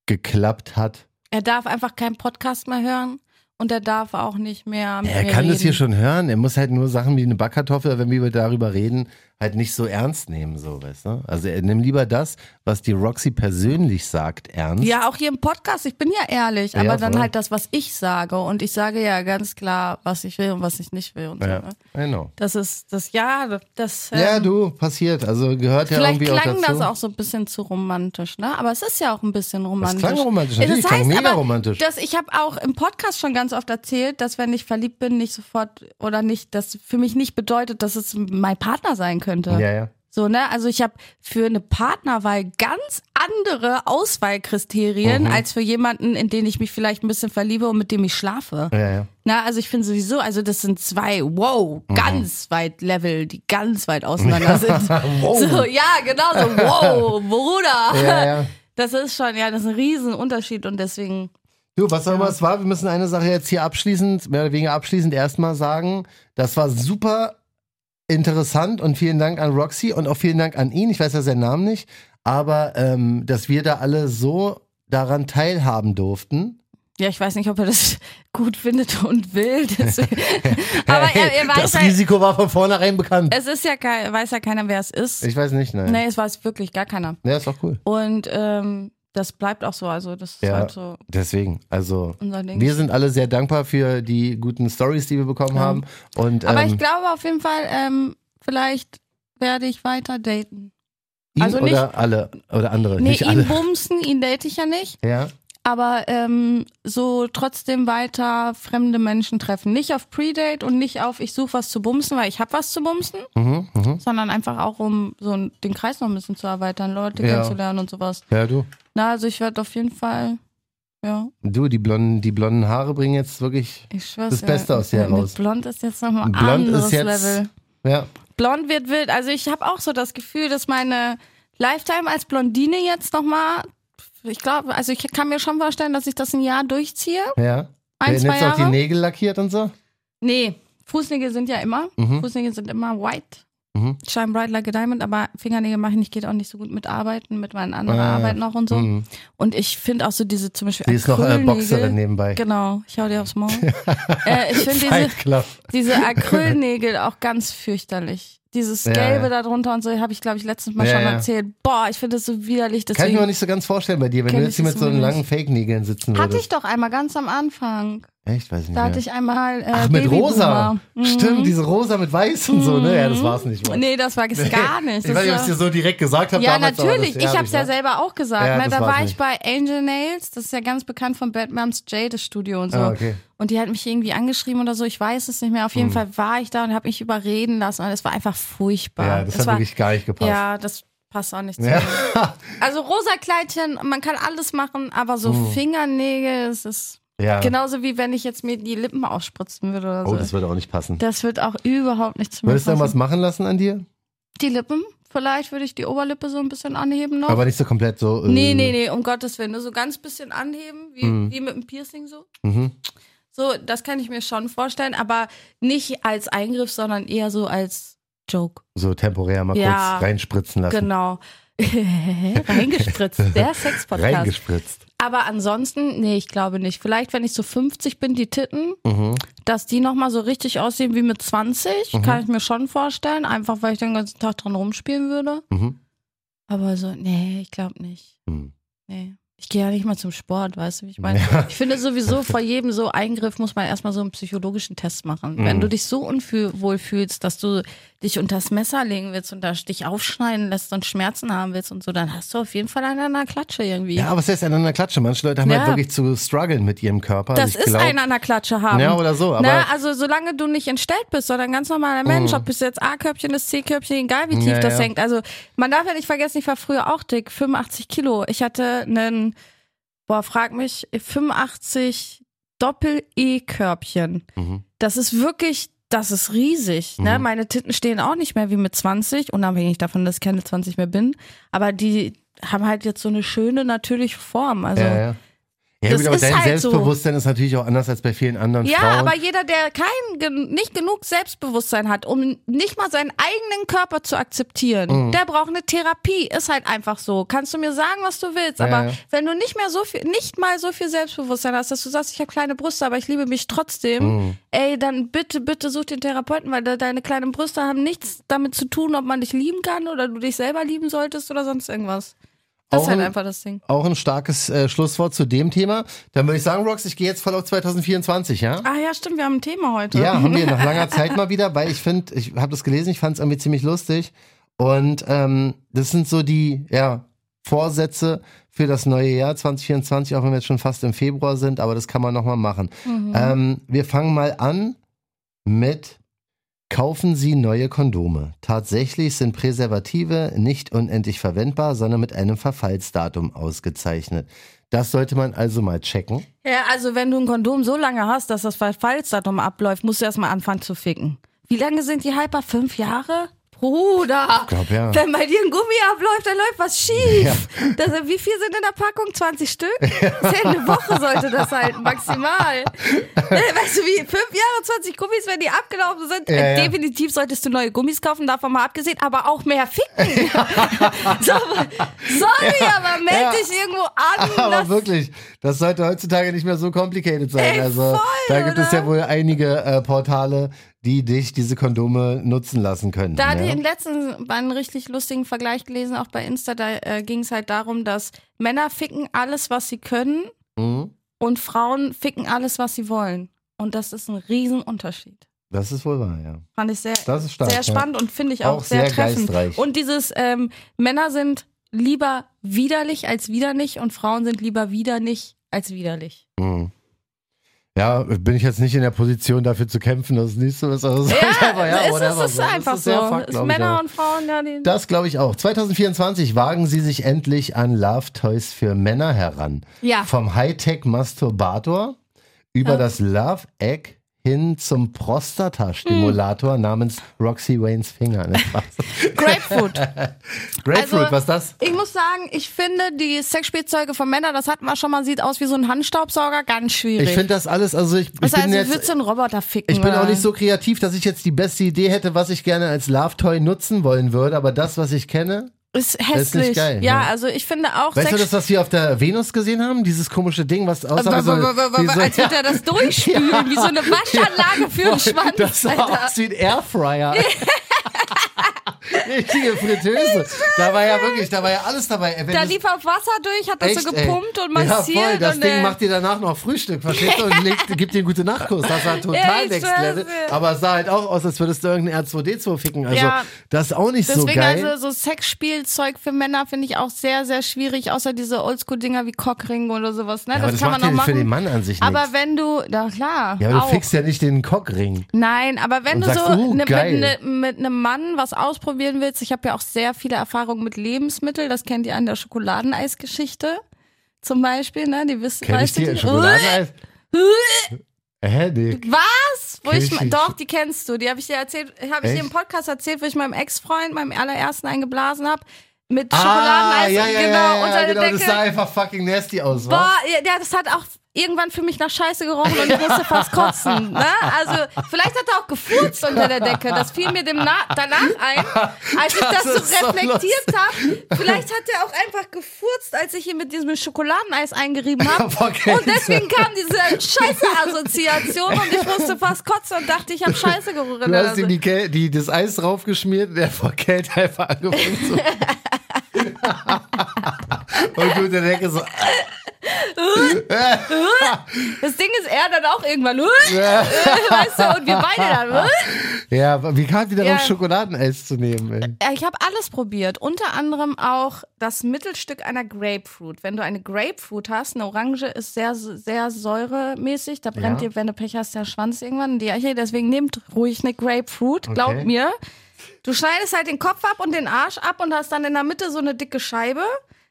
geklappt hat. er darf einfach keinen Podcast mehr hören und er darf auch nicht mehr. mit Er mir kann das hier reden. schon hören. Er muss halt nur Sachen wie eine Backkartoffel, wenn wir darüber reden, halt nicht so ernst nehmen, so, weißt du? Also er nimmt lieber das, was die Roxy persönlich sagt, ernst. Ja, auch hier im Podcast, ich bin ja ehrlich, Ja, aber dann voll. halt das, was ich sage. Und ich sage ja ganz klar, was ich will und was ich nicht will. Und Ja, so, ne? genau. Das ist, das, ja, das. Ja, ähm, du, passiert. Also gehört ja Vielleicht irgendwie auch dazu. klang das auch so ein bisschen zu romantisch, ne? Aber es ist ja auch ein bisschen romantisch. klang romantisch, Ja, natürlich, Das klang heißt mega aber, romantisch. Dass ich habe auch im Podcast schon ganz oft erzählt, dass wenn ich verliebt bin, nicht sofort oder nicht, das für mich nicht bedeutet, dass es mein Partner sein könnte. Ja, ja. So, ne? Also ich habe für eine Partnerwahl ganz andere Mhm. Auswahlkriterien als für jemanden, in den ich mich vielleicht ein bisschen verliebe und mit dem ich schlafe. Ja, ja. Na, also ich finde sowieso, also das sind zwei, wow, Mhm. ganz weit Level, die ganz weit auseinander sind. Wow. So, ja, genau so, wow, Bruder. Oh. Ja, ja. Das ist schon, ja, das ist ein Riesenunterschied und deswegen, Du, was auch immer es war, wir müssen eine Sache jetzt hier abschließend, mehr oder weniger abschließend erstmal sagen. Das war super interessant und vielen Dank an Roxy und auch vielen Dank an ihn. Ich weiß ja seinen Namen nicht, aber ähm, dass wir da alle so daran teilhaben durften. ja, ich weiß nicht, ob er das gut findet und will. Deswegen. Aber er, er weiß das halt, Risiko war von vornherein bekannt. es ist ja, kei- weiß ja keiner, wer es ist. Ich weiß nicht, nein. nee, es weiß wirklich gar keiner. Ja, ist doch cool. Und ähm, das bleibt auch so, also das ist Ja. halt so Deswegen, also unser Ding. wir sind alle sehr dankbar für die guten Stories, die wir bekommen haben. Und Aber ähm, ich glaube auf jeden Fall, ähm, vielleicht werde ich weiter daten. ihn also oder nicht- alle oder andere, Nee, nicht ihn alle. bumsen, ihn date ich ja nicht. Ja. Aber ähm, so trotzdem weiter fremde Menschen treffen. Nicht auf Predate und nicht auf ich suche was zu bumsen, weil ich habe was zu bumsen, Mhm, mhm. sondern einfach auch um so ein- den Kreis noch ein bisschen zu erweitern, Leute Ja. kennenzulernen und sowas. Ja, du. Na, also ich werde auf jeden Fall, ja, Du, die blonden, die blonden Haare bringen jetzt wirklich. ich schwör's Das Beste ja, aus dir mit raus. Blond ist jetzt nochmal ein Blond ist anderes jetzt. Level. Ja. Blond wird wild. Also ich habe auch so das Gefühl, dass meine Lifetime als Blondine jetzt nochmal, ich glaube, also ich kann mir schon vorstellen, dass ich das ein Jahr durchziehe. Ja. Oh. Ein, Werden zwei jetzt auch die Jahre? Nägel lackiert und so? Nee, Fußnägel sind ja immer. Fußnägel sind immer white. Hm? Mhm. Shine bright like a diamond, aber Fingernägel mache ich nicht, geht auch nicht so gut mit Arbeiten, mit meinen anderen Ah, Arbeiten noch und so. Mhm. Und ich finde auch so diese zum Beispiel Die ist noch äh, Acrylnägel- Boxerin nebenbei. Halt, Genau, ich hau dir aufs Maul. äh, ich finde diese, Fight Club. diese Acrylnägel auch ganz fürchterlich. Dieses Ja, Gelbe ja. da drunter und so, habe ich glaube ich letztens mal Ja, schon ja. erzählt. Boah, ich finde das so widerlich. Kann ich mir Deswegen noch nicht so ganz vorstellen bei dir, wenn Kenn du ich jetzt hier mit das so einem nicht. langen Fake-Nägeln sitzen hatte ich würdest. doch einmal ganz am Anfang. Echt? Weiß ich nicht. Da mehr. hatte ich einmal äh, Ach, mit Babyboomer. rosa. Mhm. Stimmt, diese rosa mit weiß und so, ne? Ja, das war's nicht. Mann. Nee, das war es gar nicht. ich Das weiß nicht, ob ich war- dir so direkt gesagt habe. Ja, damals, aber natürlich. Das, ich habe es ja ne? selber auch gesagt. Ja, ne? das Da war's war ich nicht. bei Angel Nails, das ist ja ganz bekannt von Bad Moms Jay, das Studio und so. Ah, okay. Hm. Und die hat mich irgendwie angeschrieben oder so, ich weiß es nicht mehr. Auf jeden Fall war ich da und habe mich überreden lassen und es war einfach furchtbar. Ja, das Es hat war, wirklich gar nicht gepasst. Ja, das passt auch nicht zu Ja. mir. Also rosa Kleidchen, man kann alles machen, aber so Fingernägel, es ist Hm. Ja. genauso wie wenn ich jetzt mir die Lippen aufspritzen würde oder genau so. Oh, das würde auch nicht passen. das wird auch überhaupt nicht zu mir Würdest du passen. dann was machen lassen an dir? die Lippen, vielleicht würde ich die Oberlippe so ein bisschen anheben noch. Aber nicht so komplett so. äh, Nee, nee, nee, um Gottes Willen. Nur so ganz bisschen anheben, wie, wie mit einem Piercing so. Mhm. So, das kann ich mir schon vorstellen, aber nicht als Eingriff, sondern eher so als Joke. So temporär mal Ja. kurz reinspritzen lassen. Genau. Reingespritzt, der Sex-Podcast. Reingespritzt. Aber ansonsten, nee, ich glaube nicht. Vielleicht, wenn ich so 50 bin, die Titten, Mhm, dass die nochmal so richtig aussehen wie mit 20, kann ich mir schon vorstellen. Einfach, weil ich den ganzen Tag dran rumspielen würde. Mhm. Aber so, nee, ich glaube nicht. Hm. Nee. Ich gehe ja nicht mal zum Sport, weißt du, wie ich meine? Ich finde sowieso, vor jedem so Eingriff muss man erstmal so einen psychologischen Test machen. Mhm. Wenn du dich so unwohl fühlst, dass du dich unters Messer legen willst und da dich aufschneiden lässt und Schmerzen haben willst und so, dann hast du auf jeden Fall einen an der Klatsche irgendwie. Ja, aber es ist einander Klatsche. Manche Leute haben Ja. halt wirklich zu strugglen mit ihrem Körper. Das Also ich ist glaub, einer an der Klatsche haben. Ja, oder so, Na, aber- Mhm. also solange du nicht entstellt bist, sondern ganz normaler Mensch, ob bist du jetzt A-Körbchen ist, C-Körbchen, egal wie tief Ja, das ja. hängt. Also man darf ja nicht vergessen, ich war früher auch dick, 85 Kilo. Ich hatte einen, boah, frag mich, 85 Doppel-E-Körbchen. Mhm. Das ist wirklich, das ist riesig. Ne? Meine Titten stehen auch nicht mehr wie mit 20, unabhängig davon, dass ich keine 20 mehr bin. Aber die haben halt jetzt so eine schöne, natürliche Form. Also Ja, ja. Ja, Das gut, aber ist dein halt so. Selbstbewusstsein ist natürlich auch anders als bei vielen anderen Ja, Frauen. aber jeder, der kein, gen- nicht genug Selbstbewusstsein hat, um nicht mal seinen eigenen Körper zu Mhm. akzeptieren, der braucht eine Therapie. Ist halt einfach so. Kannst du mir sagen, was du willst, Ja, aber ja. wenn du nicht mehr so viel, nicht mal so viel Selbstbewusstsein hast, dass du sagst, ich habe kleine Brüste, aber ich liebe mich trotzdem, Mhm. ey, dann bitte, bitte such den Therapeuten, weil de- deine kleinen Brüste haben nichts damit zu tun, ob man dich lieben kann oder du dich selber lieben solltest oder sonst irgendwas. Das Auch ist halt ein- einfach das Ding. auch ein starkes äh, Schlusswort zu dem Thema. Dann würde ich sagen, Rox, ich gehe jetzt voll auf 2024, ja? Ah ja, stimmt, wir haben ein Thema heute. Ja, haben wir nach langer Zeit mal wieder, weil ich finde, ich habe das gelesen, ich fand es irgendwie ziemlich lustig. Und ähm, das sind so die ja, Vorsätze für das neue Jahr 2024, auch wenn wir jetzt schon fast im Februar sind, aber das kann man nochmal machen. Ähm, wir fangen mal an mit Kaufen Sie neue Kondome. Tatsächlich sind Präservative nicht unendlich verwendbar, sondern mit einem Verfallsdatum ausgezeichnet. Das sollte man also mal checken. Ja, also wenn du ein Kondom so lange hast, dass das Verfallsdatum abläuft, musst du erstmal anfangen zu ficken. Wie lange sind die Hyper? Fünf Jahre? Bruder! glaub, ja. Wenn bei dir ein Gummi abläuft, dann läuft was schief. Das, wie viel sind in der Packung? 20 Stück? Zehn eine Woche sollte das halten, maximal. Äh, Weißt du, wie fünf Jahre 20 Gummis, wenn die abgelaufen sind? äh, ja. Definitiv solltest du neue Gummis kaufen, davon mal abgesehen, aber auch mehr ficken. so, sorry, aber melde ja. dich irgendwo an. Aber lass wirklich, das sollte heutzutage nicht mehr so complicated sein. Ey, also voll, da gibt es oder? ja wohl einige äh, Portale, die dich diese Kondome nutzen lassen können. Da ja? hatte ich im letzten mal einen richtig lustigen Vergleich gelesen, auch bei Insta, da äh, ging es halt darum, dass Männer ficken alles, was sie können Mhm. und Frauen ficken alles, was sie wollen. Und das ist ein Riesenunterschied. Das ist wohl wahr, ja. Fand ich sehr, Das ist stark. sehr spannend und finde ich auch, Auch sehr, sehr treffend. geistreich. Und dieses ähm, Männer sind lieber widerlich als widerlich und Frauen sind lieber widerlich als widerlich. Ja. Mhm. Ja, bin ich jetzt nicht in der Position, dafür zu kämpfen, dass es nicht so ist. Also, aber ja, es ist, whatever. es ist einfach ja so. Es- Fakt, glaub ich Männer auch. und Frauen, ja, die. Das glaube ich auch. 2024 wagen sie sich endlich an Love Toys für Männer heran. Ja. Vom Hightech-Masturbator über Ja. das Love Egg hin zum Hm. Prostata-Stimulator namens Roxy Waynes Finger. Ne, Also Spaß. Grapefruit. Grapefruit, Also- was ist das? Ich muss sagen, ich finde die Sexspielzeuge von Männern, das hatten wir schon mal, sieht aus wie so ein Handstaubsauger, ganz schwierig. Ich finde das alles, also ich, ich das heißt, bin ich würde jetzt. so einen Roboter ficken. Ich bin auch oder? nicht so kreativ, dass ich jetzt die beste Idee hätte, was ich gerne als Love Toy nutzen wollen würde, aber das, was ich kenne. Ist hässlich. ist nicht geil, ja, ne? also ich finde auch Weißt du das, Sex. was wir auf der Venus gesehen haben? Dieses komische Ding, was Äh, aussah wie so, wie so als würde er das durchspülen, wie so eine Waschanlage für einen Schwanz. Das sah Alter. aus wie ein Airfryer. Richtige Fritteuse. Da war ja wirklich, da war ja alles dabei. Wenn Da das- lief auch Wasser durch, hat das so ey. gepumpt und massiert. Ja, voll. Das und, Ding äh, macht dir danach noch Frühstück, verstehst du? Und legt, gibt dir einen guten Nachtkuss. Das war Ja, total ich next schwör's level. dir. Aber es sah halt auch aus, als würdest du irgendeinen R2D2 ficken. Also, Ja. das ist auch nicht so Deswegen geil. also so Sexspielzeug für Männer finde ich auch sehr, sehr schwierig, außer diese Oldschool-Dinger wie Cockringe oder sowas. Ne? aber das kann man macht auch ja machen. für den Mann an sich aber nichts. wenn du, na klar, Ja, aber du auch. fixst ja nicht den Cockring. Nein, aber wenn Und du sagst, so uh, ne, geil. mit, ne, mit einem Mann was ausprobieren willst, ich habe ja auch sehr viele Erfahrungen mit Lebensmitteln, das kennt ihr an der Schokoladeneisgeschichte zum Beispiel, ne? Die wissen, Kenn ich weißt du dir? die? Schokoladeneis? Hä, nee. Was? Wo Kenn ich, ich ma- die? doch, die kennst du. Die habe ich dir erzählt, habe ich dir im Echt? Podcast erzählt, wo ich meinem Ex-Freund, meinem allerersten eingeblasen habe. Mit Ah, Schokoladeneis, ja, ja, genau, ja, ja, unter der genau. Das Decke. sah einfach fucking nasty aus, wa? Boah, ja, ja, das hat auch irgendwann für mich nach Scheiße gerochen und ich musste fast kotzen. Ne? Also vielleicht hat er auch gefurzt unter der Decke. Das fiel mir dem Na danach ein, als ich das, Das so ist so reflektiert habe. Vielleicht hat er auch einfach gefurzt, als ich ihn mit diesem Schokoladeneis eingerieben habe. Vergessen. Und deswegen kam diese Scheiße-Assoziation und ich musste fast kotzen und dachte, ich habe Scheiße gerochen. Du Oder hast so. ihm die, Kel- die, das Eis draufgeschmiert, der vor Kälte einfach angefangen zu. Und du der Decke so, Das Ding ist, er dann auch irgendwann, "Huh?" weißt du, und wir beide dann. "Huh?" ja, aber wie kam die darauf, Ja. Schokoladeneis zu nehmen, ey? Ja, Äh, Ich habe alles probiert, unter anderem auch das Mittelstück einer Grapefruit. Wenn du eine Grapefruit hast, eine Orange ist sehr, sehr säuremäßig, da brennt Ja. dir, wenn du Pech hast, der Schwanz irgendwann in die Eiche. Deswegen nehmt ruhig eine Grapefruit, Okay. glaub mir. Du schneidest halt den Kopf ab und den Arsch ab und hast dann in der Mitte so eine dicke Scheibe.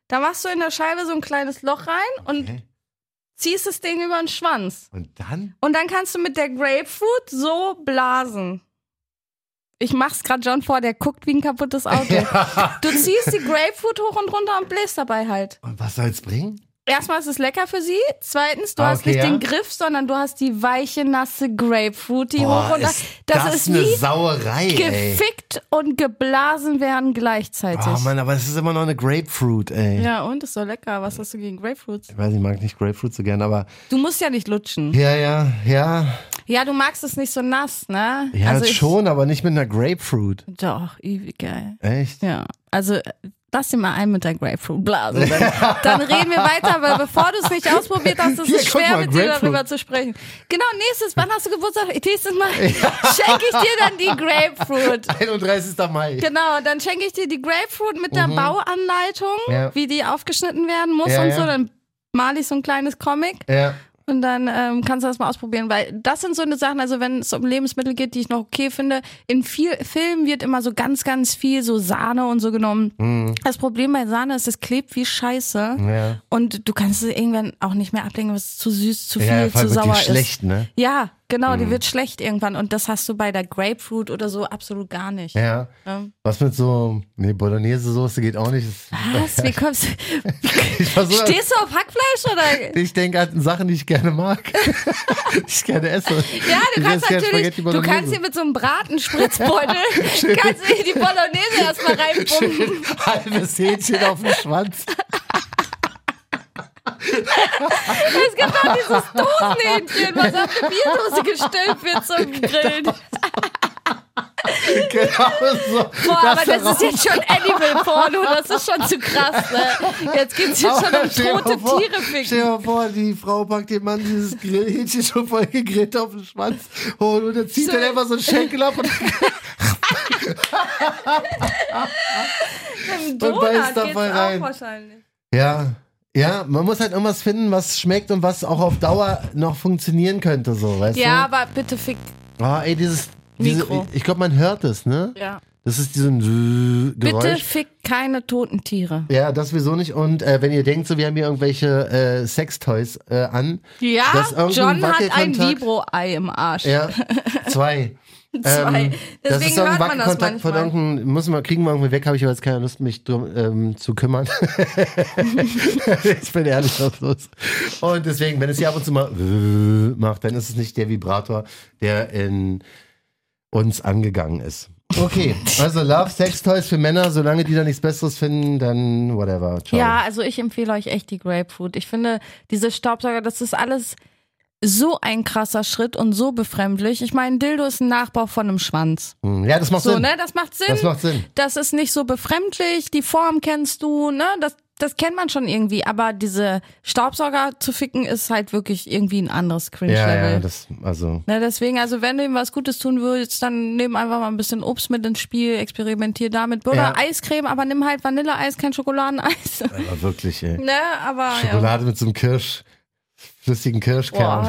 Da machst du in der Scheibe so ein kleines Loch rein und Okay. ziehst das Ding über den Schwanz. Und dann? Und dann kannst du mit der Grapefruit so blasen. Ich mach's gerade John vor, der guckt wie ein kaputtes Auto. Du ziehst die Grapefruit hoch und runter und bläst dabei halt. Und was soll's bringen? Erstmal ist es lecker für sie. Zweitens, du Ah, hast okay, nicht ja. den Griff, sondern du hast die weiche, nasse Grapefruit, die hoch und ist Das, das ist eine wie Sauerei, ey. gefickt und geblasen werden gleichzeitig. Oh Mann, aber es ist immer noch eine Grapefruit, ey. ja, und ist so lecker. Was hast du gegen Grapefruits? Ich weiß, ich mag nicht Grapefruit so gern, aber Du musst ja nicht lutschen. ja, ja, ja. Ja, du magst es nicht so nass, ne? Ja, Also ich- schon, aber nicht mit einer Grapefruit. Doch, ewig geil. Echt? Ja, also äh, lass dir mal ein mit der Grapefruit-Blase. Dann, dann reden wir weiter, weil bevor du es nicht ausprobiert hast, ist Hier, es guck schwer, mal, mit dir Grapefruit. darüber zu sprechen. Genau, nächstes, wann hast du Geburtstag? Nächstes Mal schenke ich dir dann die Grapefruit. 31. Mai. Genau, dann schenke ich dir die Grapefruit mit der Bauanleitung, Mhm. Ja. wie die aufgeschnitten werden muss Ja, und ja. so. Dann male ich so ein kleines Comic. Ja. Und dann ähm, kannst du das mal ausprobieren, weil das sind so eine Sachen, also wenn es um Lebensmittel geht, die ich noch okay finde. In viel Filmen wird immer so ganz, ganz viel so Sahne und so genommen. Mhm. Das Problem bei Sahne ist, es klebt wie Scheiße. Ja. Und du kannst es irgendwann auch nicht mehr ablenken, weil es zu süß, zu viel, Ja, vor zu allem wird sauer die ist. schlecht, ne? Ja, genau, die wird schlecht irgendwann. Und das hast du bei der Grapefruit oder so absolut gar nicht. Ja. Ähm. Was mit so, nee, Bolognese-Soße geht auch nicht. Das- Was? Wie kommst du? Ich versuche, Stehst du auf Hackfleisch oder? ich denke an Sachen, die ich gerne mag. die ich gerne esse. Ja, du Ich kannst esse gerne natürlich, Spaghetti du kannst Bolognese. hier mit so einem Bratenspritzbeutel, kannst du hier die Bolognese erstmal reinpumpen. Halbes Hähnchen auf dem Schwanz. Es gibt auch genau dieses Dosenhähnchen, was auf eine Bierdose gestülpt wird zum Grillen. Genau so. Boah, aber das darauf- ist jetzt schon Animal-Porno, das ist schon zu krass, ne? Jetzt geht's hier schon um Stell dir mal tote vor- Tiere Stell dir ficken. mal vor, die Frau packt dem Mann dieses Grillhähnchen schon voll gegrillt auf den Schwanz und, und dann zieht So. er einfach so einen Schenkel ab und, Im beißt Donut geht's dabei rein. auch wahrscheinlich. Ja, ja, man muss halt irgendwas finden, was schmeckt und was auch auf Dauer noch funktionieren könnte, so, weißt Ja, du? aber bitte fick, Ja. Oh, ey, dieses. Diese, Mikro. ich glaube, man hört es, ne? ja. Das ist diesen Bitte Geräusch. fick keine toten Tiere. Ja, das wieso nicht. Und äh, wenn ihr denkt, so wir haben hier irgendwelche äh, Sextoys äh, an. Ja, Das ist irgendwie John ein hat ein Wackelkontakt. Vibro-Ei im Arsch. Ja, zwei. Ähm, Zwei. das Deswegen ist so ein hört man das Wackelkontakt von manchmal. irgendeinem, müssen wir, kriegen wir irgendwie weg, habe ich aber jetzt keine Lust, mich drum ähm, zu kümmern. ich bin ehrlich, was los. Und deswegen, wenn es hier ab und zu mal äh, macht, dann ist es nicht der Vibrator, der in uns angegangen ist. Okay, also Love Sex Toys für Männer, solange die da nichts Besseres finden, dann whatever. Ciao. Ja, also ich empfehle euch echt die Grapefruit. Ich finde, diese Staubsauger, das ist alles so ein krasser Schritt und so befremdlich. Ich meine, Dildo ist ein Nachbau von einem Schwanz. Hm, ja das macht So, Sinn. ne? Das macht Sinn. Das macht Sinn. Das ist nicht so befremdlich. Die Form kennst du, ne? Das, das kennt man schon irgendwie. Aber diese Staubsauger zu ficken ist halt wirklich irgendwie ein anderes Ja, Cringe-Level. ja, das, also. Ne, deswegen, also wenn du ihm was Gutes tun willst, dann nimm einfach mal ein bisschen Obst mit ins Spiel, experimentier damit. Oder Ja. Eiscreme, aber nimm halt Vanilleeis, kein Schokoladeneis. Aber wirklich, ey. ne, aber ja. Schokolade mit so einem Kirsch, flüssigen Kirschkern.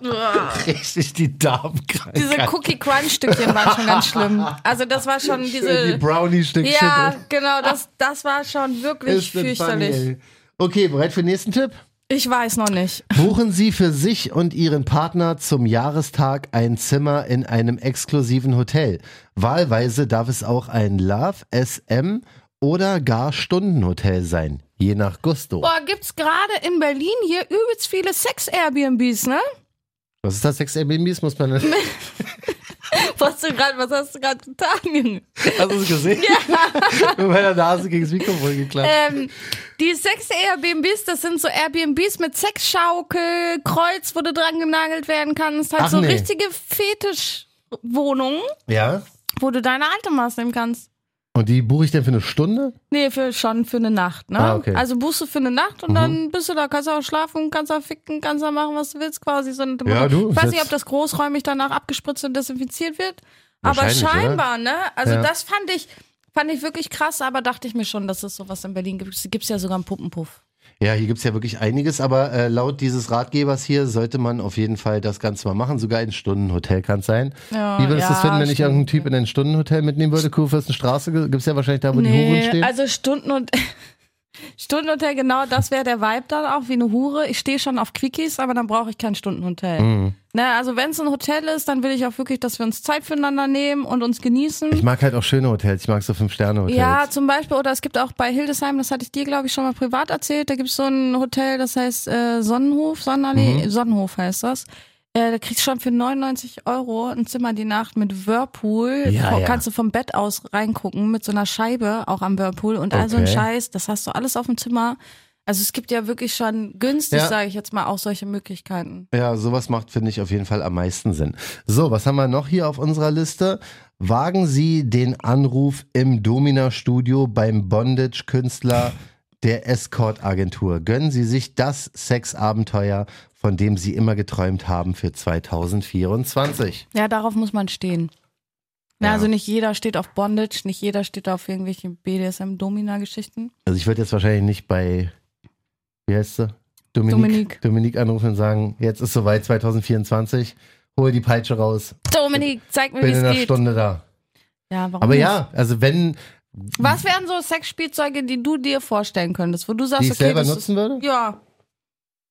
Boah, Richtig die Darmkrankheit. diese Cookie Crunch Stückchen waren schon ganz schlimm. Also das war schon die diese Brownie-Stückchen. Ja, genau, das das war schon wirklich Ist denn funny, fürchterlich. ey. Okay, bereit für den nächsten Tipp? Ich weiß noch nicht. Buchen Sie für sich und Ihren Partner zum Jahrestag ein Zimmer in einem exklusiven Hotel. Wahlweise darf es auch ein Love, SM oder gar Stundenhotel sein. Je nach Gusto. Boah, gibt's gerade in Berlin hier übelst viele Sex-Airbnbs, ne? Was ist das? Sex Airbnbs muss man. Hast Was, du grad, was hast du gerade getan, Junge? du es gesehen? Ja. Mit meiner Nase gegen das Mikrofon geklappt. Ähm, die Sex-Airbnbs, das sind so Airbnbs mit Sexschaukel, Kreuz, wo du dran genagelt werden kannst. Halt Ach, so nee. richtige Fetischwohnungen, Ja. wo du deine alte Maß nehmen kannst. Und die buche ich denn für eine Stunde? Nee, für, schon für eine Nacht, ne? Ah, okay. Mhm. Also buchst du für eine Nacht und dann bist du da, kannst du auch schlafen, kannst auch ficken, kannst auch machen, was du willst, quasi. So eine Ja, du, ich weiß nicht, jetzt- ob das großräumig danach abgespritzt und desinfiziert wird. Aber Wahrscheinlich, oder? scheinbar, ne? Also Ja. das fand ich, fand ich wirklich krass, aber dachte ich mir schon, dass es sowas in Berlin gibt. Es gibt ja sogar einen Puppenpuff. Ja, hier gibt's ja wirklich einiges, aber äh, laut dieses Ratgebers hier sollte man auf jeden Fall das Ganze mal machen. Sogar in Stundenhotel kann's sein. Ja, Wie würdest ja, du das finden, wenn ich stimmt. irgendeinen Typ in ein Stundenhotel mitnehmen würde? Kurfürstenstraße ge- gibt's ja wahrscheinlich da, wo die Huren stehen. also Stunden und Stundenhotel, genau, das wäre der Vibe dann auch, wie eine Hure. Ich stehe schon auf Quickies, aber dann brauche ich kein Stundenhotel. Mhm. Na, also wenn es ein Hotel ist, dann will ich auch wirklich, dass wir uns Zeit füreinander nehmen und uns genießen. ich mag halt auch schöne Hotels. Ich mag so Fünf-Sterne-Hotels. ja, zum Beispiel, oder es gibt auch bei Hildesheim, das hatte ich dir, glaube ich, schon mal privat erzählt, da gibt es so ein Hotel, das heißt äh, Sonnenhof, Sonnenallee, Mhm. Sonnenhof heißt das. Äh, da kriegst du schon für 99 Euro ein Zimmer die Nacht mit Whirlpool. Ja, Vor- ja. Kannst du vom Bett aus reingucken mit so einer Scheibe auch am Whirlpool und all so ein Okay. Scheiß. Das hast du alles auf dem Zimmer. Also es gibt ja wirklich schon günstig, Ja. sage ich jetzt mal, auch solche Möglichkeiten. Ja, sowas macht, finde ich, auf jeden Fall am meisten Sinn. So, was haben wir noch hier auf unserer Liste? Wagen Sie den Anruf im Domina-Studio beim Bondage-Künstler der Escort-Agentur. Gönnen Sie sich das Sexabenteuer, von dem Sie immer geträumt haben für 2024. Ja, darauf muss man stehen. Na, Ja. Also nicht jeder steht auf Bondage, nicht jeder steht auf irgendwelche BDSM-Domina-Geschichten. Also ich würde jetzt wahrscheinlich nicht bei, wie heißt sie? Dominique, Dominique. Dominique. anrufen und sagen, jetzt ist soweit 2024, hol die Peitsche raus, Dominik, zeig mir, wie bin in es einer geht. Stunde da. Ja, warum Aber nicht? ja, also wenn, Was wären so Sexspielzeuge, die du dir vorstellen könntest, wo du sagst, die ich okay, selber das nutzen würde? ist, ja.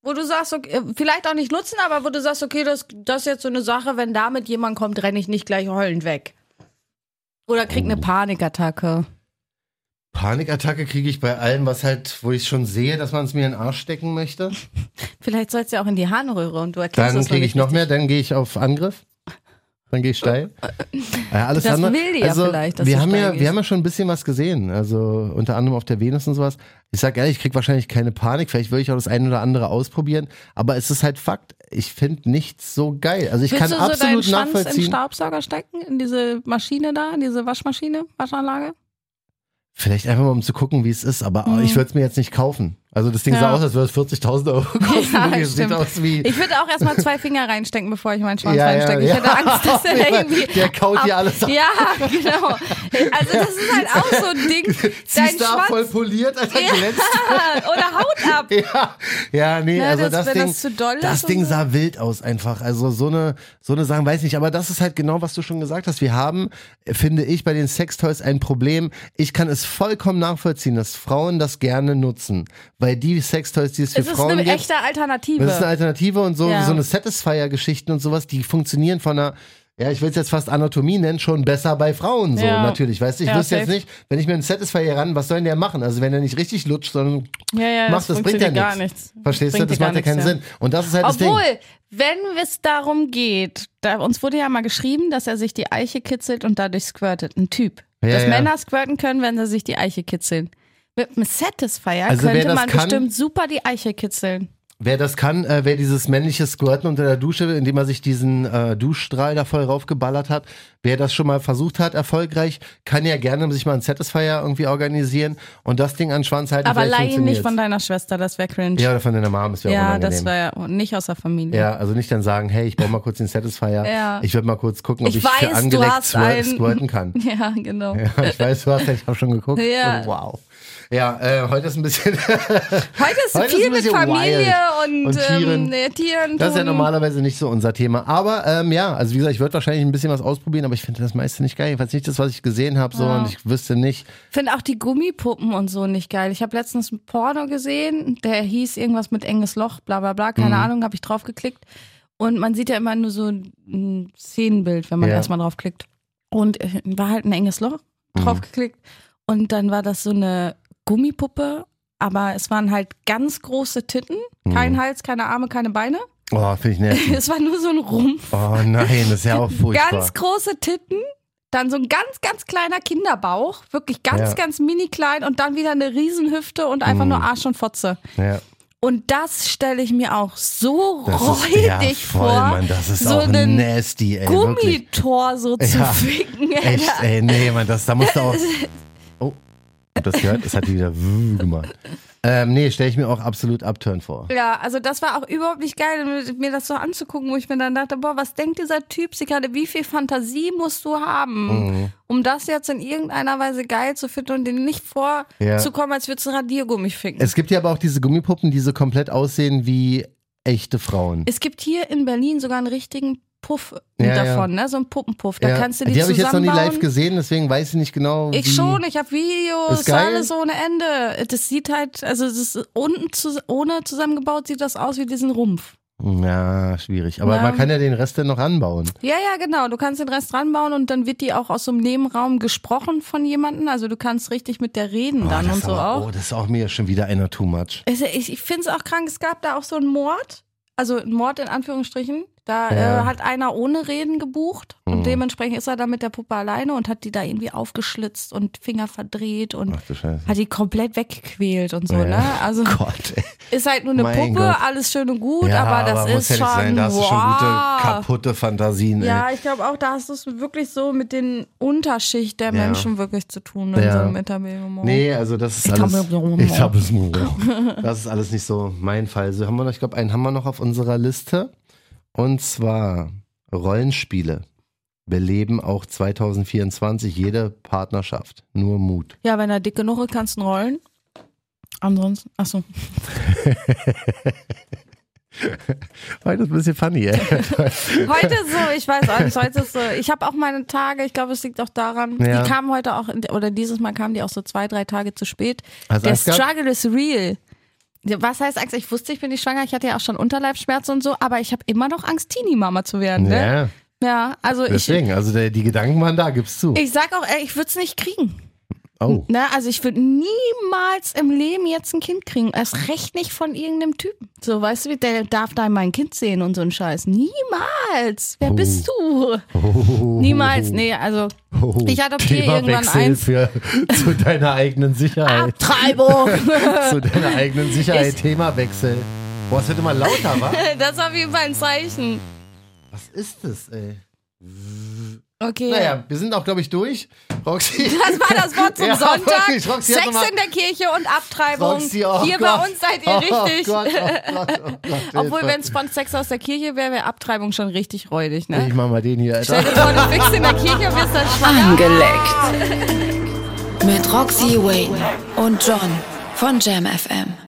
Wo du sagst, okay, äh, vielleicht auch nicht nutzen, aber wo du sagst, okay, das, das ist jetzt so eine Sache, wenn damit jemand kommt, renne ich nicht gleich heulend weg. Oder krieg Oh. eine Panikattacke. Panikattacke kriege ich bei allem, was halt, wo ich schon sehe, dass man es mir in den Arsch stecken möchte. Vielleicht sollst du ja auch in die Harnröhre und du erkennst Dann das kriege ich nicht noch mehr, richtig. dann gehe ich auf Angriff. Dann gehe ich steil. Ja, alles Das andere. will die ja also, vielleicht, dass wir du haben steil ja, gehst. wir haben ja schon ein bisschen was gesehen. Also unter anderem auf der Venus und sowas. Ich sag ehrlich, ich kriege wahrscheinlich keine Panik. Vielleicht würde ich auch das eine oder andere ausprobieren. Aber es ist halt Fakt. Ich finde nichts so geil. Also ich Willst kann du so deinen absolut Schwanz in den nachvollziehen. Staubsauger stecken, in diese Maschine da, in diese Waschmaschine, Waschanlage? Vielleicht einfach mal, um zu gucken, wie es ist. Aber oh, ich würde es mir jetzt nicht kaufen. Also das Ding sah Mhm. Ja. aus, als würde es 40.000 Euro kosten. Ja, Wirklich, es sieht stimmt. aus wie Ich würde auch erstmal zwei Finger reinstecken, bevor ich meinen Schwanz reinstecke. Ich hätte Angst, dass der Ja, irgendwie. Der kaut dir alles ab. Ja, genau. Also das ist halt auch so ein Ding. Dein Siehst du, Schwanz voll poliert, Alter, glänzt. oder Haut ab. Ja, ja, nee, Na, also das- das, wenn Ding, das zu doll ist das und Ding so. sah wild aus einfach. Also so eine, so eine Sachen weiß nicht. Aber das ist halt genau, was du schon gesagt hast. Wir haben, äh, finde ich, bei den Sextoys ein Problem. Ich kann es vollkommen nachvollziehen, dass Frauen das gerne nutzen, weil die Sextoys, die es für Es ist Frauen eine gibt, echte Alternative. Das ist eine Alternative und so, Ja. so eine Satisfier-Geschichten und sowas, die funktionieren von einer, ja, ich will es jetzt fast Anatomie nennen, schon besser bei Frauen so, Ja. natürlich. Weißt du, ich Ja, wüsste jetzt safe. nicht, wenn ich mir einen Satisfier ran, was soll denn der machen? Also wenn er nicht richtig lutscht, sondern Ja, ja, macht, das, bringt ja funktioniert nichts. gar nichts. Verstehst du, Bringt das dir gar macht ja nichts, keinen Sinn. Und das ist halt Obwohl, das Ding. wenn es darum geht, da, uns wurde ja mal geschrieben, dass er sich die Eiche kitzelt und dadurch squirtet. Ein Typ. Ja, dass ja. Männer squirten können, wenn sie sich die Eiche kitzeln. Mit einem Satisfier Also wer könnte das man kann- bestimmt super die Eiche kitzeln. Wer das kann, äh, wer dieses männliche Squirten unter der Dusche, indem er sich diesen äh, Duschstrahl da voll raufgeballert hat, wer das schon mal versucht hat, erfolgreich, kann ja gerne sich mal einen Satisfier irgendwie organisieren und das Ding an den Schwanz halten. Aber vielleicht leih ihn nicht funktioniert's. von deiner Schwester, das wäre cringe. Ja, oder von deiner Mom, das wäre auch Ja, unangenehm. das war ja nicht aus der Familie. Ja, also nicht dann sagen, hey, ich brauche mal kurz den Satisfier. Ja. Ich würde mal kurz gucken, ob Ich ich, weiß, für du angelegt hast squir- einen- squirten kann. Ja, genau. Ja, ich weiß, du hast, ich habe schon geguckt. Ja. Oh, wow. Ja, äh, heute ist ein bisschen, Heute ist Heute ist viel ein mit bisschen Familie wild. und, Und ähm, Tieren. äh, Tieren. das ist ja Hunden. normalerweise nicht so unser Thema. Aber ähm, ja, also wie gesagt, ich würde wahrscheinlich ein bisschen was ausprobieren, aber ich finde das meiste nicht geil. Jedenfalls nicht das, was ich gesehen habe, so und ich wüsste nicht. Finde auch die Gummipuppen und so nicht geil. Ich habe letztens ein Porno gesehen, der hieß irgendwas mit enges Loch, bla bla bla, keine Ahnung, habe ich draufgeklickt. Und man sieht ja immer nur so ein Szenenbild, wenn man Ja. erstmal draufklickt. Und äh, war halt ein enges Loch, draufgeklickt. Und dann war das so eine Gummipuppe Aber es waren halt ganz große Titten, kein Hals, keine Arme, keine Beine. Hm. Oh, finde ich nervig. Es war nur so ein Rumpf. Oh nein, das ist ja auch furchtbar. Ganz große Titten, dann so ein ganz, ganz kleiner Kinderbauch, wirklich ganz, Ja. Mm. ganz mini klein und dann wieder eine Riesenhüfte und einfach nur Arsch und Fotze. ja. Und das stelle ich mir auch so Das räudig ist, ja, vor. voll, Mann, das ist so auch einen nasty, ey, wirklich. Gummitor so zu Ja. ficken, Echt, Alter. ey, nee, Mann, das, da musst du auch... Oh, habt ihr das gehört? Das hat die wieder gemacht. Ähm, nee, stelle ich mir auch absolut Upturn vor. Ja, also das war auch überhaupt nicht geil, mir das so anzugucken, wo ich mir dann dachte, boah, was denkt dieser Typ sich gerade, wie viel Fantasie musst du haben, Mm. um das jetzt in irgendeiner Weise geil zu finden und den nicht Ja. vorzukommen, als würdest du einen Radiergummi ficken. Es, Es gibt ja aber auch diese Gummipuppen, die so komplett aussehen wie echte Frauen. gibt hier in Berlin sogar einen richtigen Puff Ja, ja. davon, ne? so einen Puppenpuff, da Ja. kannst du die, habe ich jetzt noch nie zusammenbauen. live gesehen, deswegen weiß ich nicht genau, wie... Ich schon, ich habe Videos, Ist geil? alles ohne Ende. Das sieht halt, also das ist unten zu, ohne zusammengebaut sieht das aus wie diesen Rumpf. Ja, schwierig. Aber Ja. man kann ja den Rest dann noch anbauen. Ja, ja, genau. Du kannst den Rest ranbauen und dann wird die auch aus so einem Nebenraum gesprochen von jemandem. Also du kannst richtig mit der reden Oh, dann das und ist so aber- auch. Oh, das ist auch mir schon wieder einer too much. Also ich ich finde es auch krank, es gab da auch so einen Mord, also einen Mord in Anführungsstrichen. Da Ja. äh, hat einer ohne Reden gebucht Mhm. und dementsprechend ist er dann mit der Puppe alleine und hat die da irgendwie aufgeschlitzt und Finger verdreht und Ach du Scheiße. hat die komplett weggequält und so, Ja. ne? Also Gott, ey. ist halt nur eine Mein Puppe, Gott. alles schön und gut, aber das ist muss ja nicht schon, sein. Da hast du schon wow. gute, ne? kaputte Fantasien, Ja, ey. ich glaube auch, da hast du es wirklich so mit den Unterschicht der Ja. Menschen wirklich zu tun in Ja. so einem Interview. Nee, also das ist Ich alles. hab mir- ich hab es nur. Das ist alles nicht so mein Fall. So haben wir noch, ich glaube, einen haben wir noch auf unserer Liste. Und zwar Rollenspiele beleben auch 2024 jede Partnerschaft. Nur Mut. Ja, wenn er dick genug ist, kannst du ihn rollen. Ansonsten, achso. Weil das ist ein bisschen funny, ey. Heute ist so, ich weiß auch nicht, heute ist so, ich habe auch meine Tage, ich glaube, es liegt auch daran, Ja. die kamen heute auch, in der- oder dieses Mal kamen die auch so zwei, drei Tage zu spät. Hast du der Angst gehabt? Struggle is real. Was heißt Angst? Ich wusste, ich bin nicht schwanger, ich hatte ja auch schon Unterleibsschmerzen und so, aber ich habe immer noch Angst, Teenie-Mama zu werden. Ne? Ja, Ja, also ich, deswegen. Also der, die Gedanken waren da, gibst zu. ich sag auch, ey, ich würde es nicht kriegen. Oh. Ne, also ich würde niemals im Leben jetzt ein Kind kriegen. Erst recht nicht von irgendeinem Typen. So, weißt du, wie, der darf da mein Kind sehen und so ein Scheiß. Niemals. Wer bist du? Niemals. Nee, also Oh, ich adoptiere irgendwann Themawechsel eins. Für, zu deiner eigenen Sicherheit. Abtreibung. zu deiner eigenen Sicherheit. Ist- Themawechsel. Boah, es wird immer lauter, wa? das ist auf jeden Fall ein Zeichen. Was ist das, ey? Okay. Naja, wir sind auch, glaube ich, durch. Roxy. Das war das Wort zum Ja, Sonntag. wirklich, Roxy hat Sex noch mal- in der Kirche und Abtreibung. Roxy, oh Hier Gott. bei uns seid ihr richtig. Oh Gott, oh Gott, oh Gott, Obwohl, Hilfe. wenn es von Sex aus der Kirche wäre, wäre Abtreibung schon richtig räudig, ne? Ich mach mal den hier, Stell Alter. dir vor, du fickst in der Kirche und wirst dann schwanger. Angeleckt. Mit Roxy Wayne und John von Jam FM.